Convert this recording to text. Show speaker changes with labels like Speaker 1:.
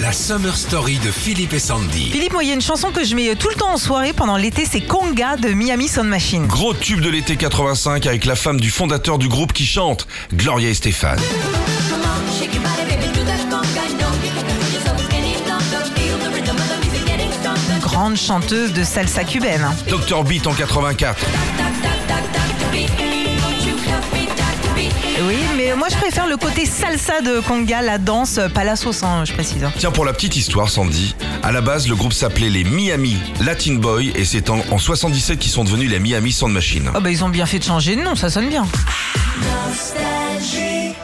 Speaker 1: La Summer Story de Philippe et Sandy.
Speaker 2: Philippe, moi, il y a une chanson que je mets euh, tout le temps en soirée pendant l'été, c'est Conga de Miami Sound Machine.
Speaker 3: Gros tube de l'été 85 avec la femme du fondateur du groupe qui chante, Gloria Estefan.
Speaker 4: Come on, shake your body, baby, do that conga. No, you can do yourself any longer. Feel the rhythm of the music getting stronger.
Speaker 2: Grande chanteuse de salsa cubaine. hein.
Speaker 3: Dr Beat en 84.
Speaker 4: Tac, tac, tac, tac, tac, the beat. Won't you help me, tac, the beat.
Speaker 2: Eh Oui, mais moi je préfère le côté salsa de Conga, la danse, euh, pas la sauce, hein, je précise.
Speaker 3: Tiens, pour la petite histoire, Sandy, à la base, le groupe s'appelait les Miami Latin Boy et c'est en, en 77 qu'ils sont
Speaker 2: Ah,
Speaker 3: devenus les Miami Sound Machine.
Speaker 2: Oh bah ils ont bien fait de changer de nom, ça sonne bien.
Speaker 4: Nostalgie.